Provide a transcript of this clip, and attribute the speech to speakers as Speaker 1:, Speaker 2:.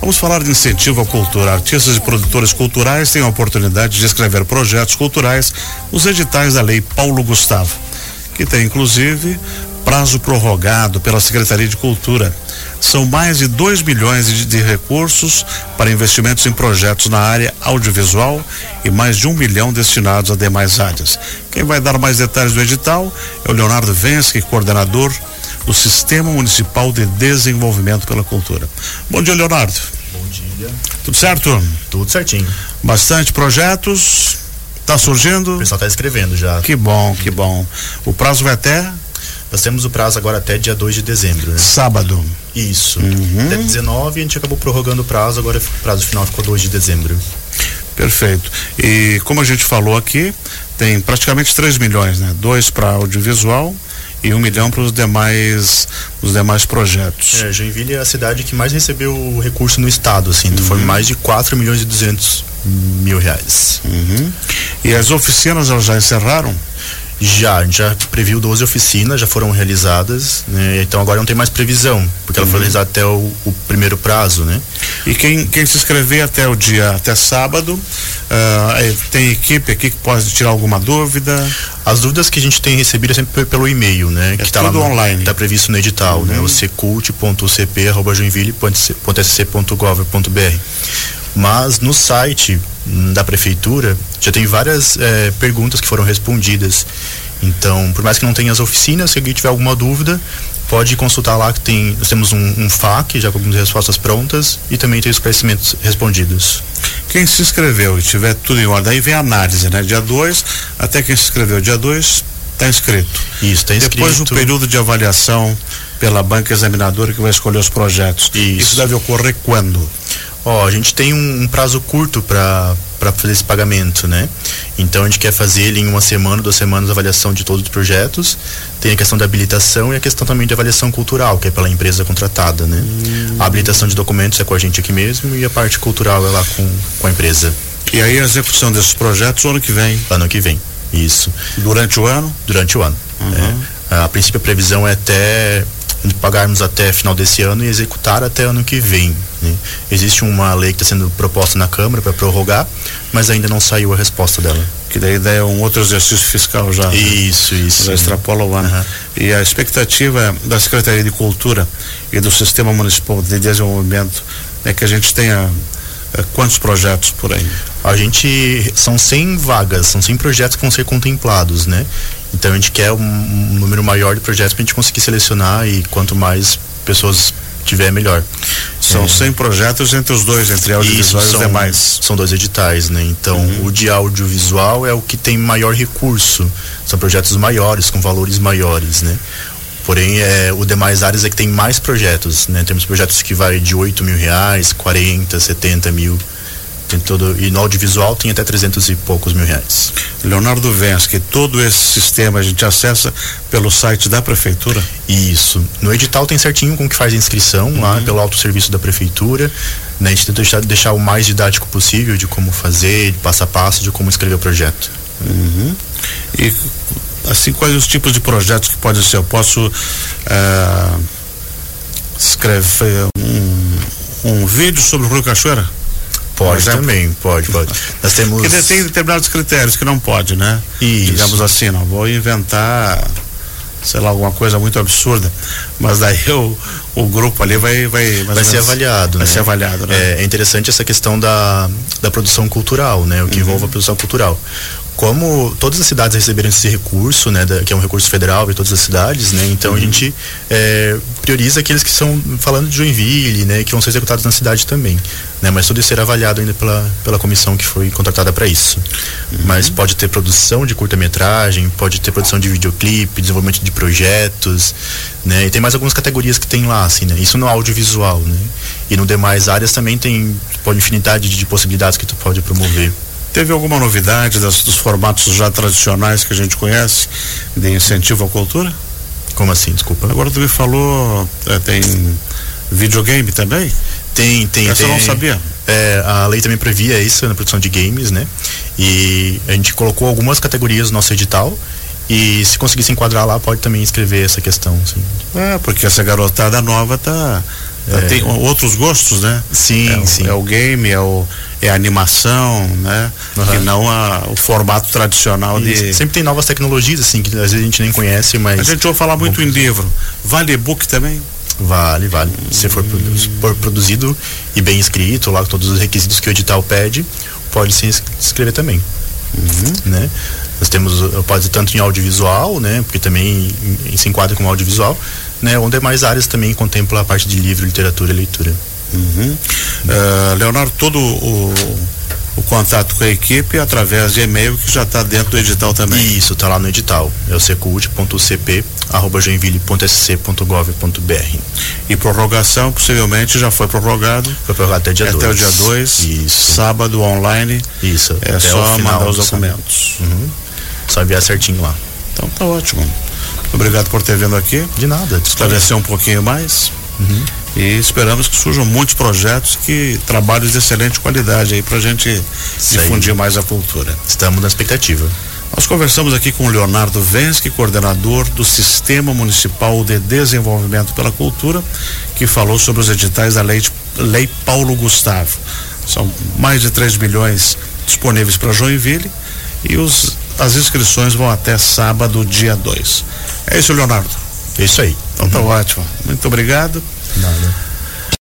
Speaker 1: Vamos falar de incentivo à cultura. Artistas e produtores culturais têm a oportunidade de escrever projetos culturais nos editais da Lei Paulo Gustavo, que tem inclusive prazo prorrogado pela Secretaria de Cultura. São mais de 2 milhões de, de recursos para investimentos em projetos na área audiovisual e mais de um milhão destinados a demais áreas. Quem vai dar mais detalhes do edital é o Leonardo Vensky, coordenador do Sistema Municipal de Desenvolvimento pela Cultura. Bom dia, Leonardo.
Speaker 2: Bom dia.
Speaker 1: Tudo certo?
Speaker 2: Tudo certinho.
Speaker 1: Bastante projetos. Tá surgindo?
Speaker 2: O pessoal tá escrevendo já.
Speaker 1: Que bom, que bom. O prazo vai até
Speaker 2: Nós temos o prazo agora até dia 2 de dezembro, né?
Speaker 1: sábado.
Speaker 2: Isso. Até 19 a gente acabou prorrogando o prazo, agora o prazo final ficou 2 de dezembro.
Speaker 1: Perfeito. E como a gente falou aqui, tem praticamente 3 milhões, né? Dois para audiovisual e um milhão para os demais, os demais projetos.
Speaker 2: É, Joinville é a cidade que mais recebeu o recurso no estado, assim, foi mais de 4 milhões e 200 mil reais.
Speaker 1: Uhum. E as oficinas elas já encerraram?
Speaker 2: Já, a gente já previu 12 oficinas, já foram realizadas, né? Então agora não tem mais previsão, porque ela foi realizada até o, o primeiro prazo, né?
Speaker 1: E quem, quem se inscrever até o dia, até sábado, ah, eh, tem equipe aqui que pode tirar alguma dúvida.
Speaker 2: As dúvidas que a gente tem recebido é sempre pe- pelo e-mail, né? que tá
Speaker 1: É tudo
Speaker 2: lá no-
Speaker 1: online. Uhum.
Speaker 2: Tá previsto no edital, né? O secult.cp.joinville.sc.gov.br. Mas no site hum, da prefeitura já tem várias eh, perguntas que foram respondidas. Então, por mais que não tenha as oficinas, se alguém tiver alguma dúvida, pode consultar lá que tem, nós temos um, um FAQ já com algumas respostas prontas e também tem os esclarecimentos respondidos.
Speaker 1: Quem se inscreveu e tiver tudo em ordem, aí vem a análise, né? Dia 2, até quem se inscreveu dia 2, está inscrito.
Speaker 2: Isso, está escrito.
Speaker 1: Depois o período de avaliação pela banca examinadora que vai escolher os projetos.
Speaker 2: Isso.
Speaker 1: deve ocorrer quando?
Speaker 2: Ó, a gente tem um, um prazo curto para para fazer esse pagamento, né? Então a gente quer fazer ele em uma semana, duas semanas, a avaliação de todos os projetos. Tem a questão da habilitação e a questão também de avaliação cultural, que é pela empresa contratada, né? A habilitação de documentos é com a gente aqui mesmo e a parte cultural é lá com, com a empresa,
Speaker 1: E aí a execução desses projetos o ano que vem,
Speaker 2: ano que vem. Isso,
Speaker 1: durante o ano. né?
Speaker 2: durante o ano. É. A princípio a previsão é até de pagarmos até final desse ano e executar até ano que vem. né? Existe uma lei que está sendo proposta na Câmara para prorrogar, mas ainda não saiu a resposta dela.
Speaker 1: Que daí daí é um outro exercício fiscal já. né?
Speaker 2: Isso, isso.
Speaker 1: Já extrapola o ano.
Speaker 2: Aham.
Speaker 1: E a expectativa da Secretaria de Cultura e do Sistema Municipal de Desenvolvimento é que a gente tenha eh, quantos projetos por aí?
Speaker 2: A gente são 100 vagas, são 100 projetos que vão ser contemplados, né? Então a gente quer um, um número maior de projetos para a gente conseguir selecionar e quanto mais pessoas tiver melhor.
Speaker 1: São
Speaker 2: É.
Speaker 1: 100 projetos entre os dois, entre audiovisual e os demais.
Speaker 2: São dois editais, né? Então, o de audiovisual é o que tem maior recurso. São projetos maiores, com valores maiores, né? Porém, é, o demais áreas é que tem mais projetos, né? Temos projetos que vai de 8 mil reais, 40, 70 mil. Tem todo, e no audiovisual tem até 300 e poucos mil reais.
Speaker 1: Leonardo Vensky, todo esse sistema a gente acessa pelo site da Prefeitura?
Speaker 2: Isso. No edital tem certinho como que faz a inscrição lá pelo autosserviço da prefeitura. Né? A gente tenta deixar, deixar o mais didático possível de como fazer, de passo a passo, de como escrever o projeto. Uhum.
Speaker 1: E assim, quais os tipos de projetos que podem ser? Eu posso ah, escrever um, um vídeo sobre o Rio Cachoeira?
Speaker 2: Pode
Speaker 1: Por exemplo?
Speaker 2: também, pode, pode. Nós temos.
Speaker 1: Porque tem determinados critérios que não pode, né?
Speaker 2: Isso.
Speaker 1: Digamos assim, não vou inventar, sei lá, alguma coisa muito absurda, mas daí o, o grupo ali vai... Vai, mais ou
Speaker 2: Vai ser
Speaker 1: menos-
Speaker 2: avaliado,
Speaker 1: Vai
Speaker 2: né?
Speaker 1: ser avaliado, né?
Speaker 2: É, é interessante essa questão da, da produção cultural, né? O que envolve a produção cultural. Como todas as cidades receberam esse recurso, né? da- que é um recurso federal de todas as cidades, né? Então a gente é, prioriza aqueles que são falando de Joinville, né? Que vão ser executados na cidade também, né? Mas tudo isso será avaliado ainda pela, pela comissão que foi contratada para isso. Mas pode ter produção de curta-metragem, pode ter produção de videoclipe, desenvolvimento de projetos, né? E tem mais algumas categorias que tem lá, assim, né? Isso no audiovisual, né? E no demais áreas também tem pô, infinidade de possibilidades que tu pode promover.
Speaker 1: Teve alguma novidade das- dos formatos já tradicionais que a gente conhece de incentivo à cultura?
Speaker 2: Como assim, desculpa?
Speaker 1: Agora tu me falou, eh, tem videogame também?
Speaker 2: Tem, tem,
Speaker 1: Essa eu
Speaker 2: tem.
Speaker 1: não sabia.
Speaker 2: É, a lei também previa isso na produção de games, né? E a gente colocou algumas categorias no nosso edital. E se conseguir se enquadrar lá, pode também escrever essa questão, assim.
Speaker 1: É, porque essa garotada nova tá É. Tem outros gostos, né?
Speaker 2: Sim,
Speaker 1: é,
Speaker 2: sim.
Speaker 1: É o game, é, o, é a animação, né? Uhum. E não a, o formato tradicional e de.
Speaker 2: Sempre tem novas tecnologias, assim, que às vezes a gente nem conhece, mas.
Speaker 1: A gente ouve falar muito Bom, em livro. Vale e-book também?
Speaker 2: Vale, vale. Se for, for produzido e bem escrito, lá com todos os requisitos que o edital pede, pode se inscrever também. Uhum. Né? Nós temos, pode tanto em audiovisual, né? Porque também em, em, se enquadra como audiovisual, né? Onde mais áreas também contempla a parte de livro, literatura e leitura.
Speaker 1: Uhum. Uh, Leonardo, todo o, o contato com a equipe através de e-mail que já está dentro do edital também.
Speaker 2: Isso, está lá no edital. É o secult.cp.joinville.sc.gov.br.
Speaker 1: E prorrogação, possivelmente, já foi prorrogado.
Speaker 2: Foi prorrogado até dia 2.
Speaker 1: Até o dia 2.
Speaker 2: Isso.
Speaker 1: Sábado online.
Speaker 2: Isso.
Speaker 1: É até só mandar os documentos.
Speaker 2: Uhum. Só enviar certinho lá.
Speaker 1: Então tá ótimo. Obrigado por ter vindo aqui.
Speaker 2: De nada.
Speaker 1: Esclarecer um pouquinho mais. Uhum. E esperamos que surjam muitos projetos que trabalhos de excelente qualidade aí para a gente Sei. difundir mais a cultura.
Speaker 2: Estamos na expectativa.
Speaker 1: Nós conversamos aqui com Leonardo Venski, coordenador do Sistema Municipal de Desenvolvimento pela Cultura, que falou sobre os editais da Lei, Lei Paulo Gustavo. São mais de 3 milhões disponíveis para Joinville e os, as inscrições vão até sábado, dia 2. É isso, Leonardo.
Speaker 2: É isso aí.
Speaker 1: Então tá uhum. ótimo. Muito obrigado.
Speaker 2: Nada.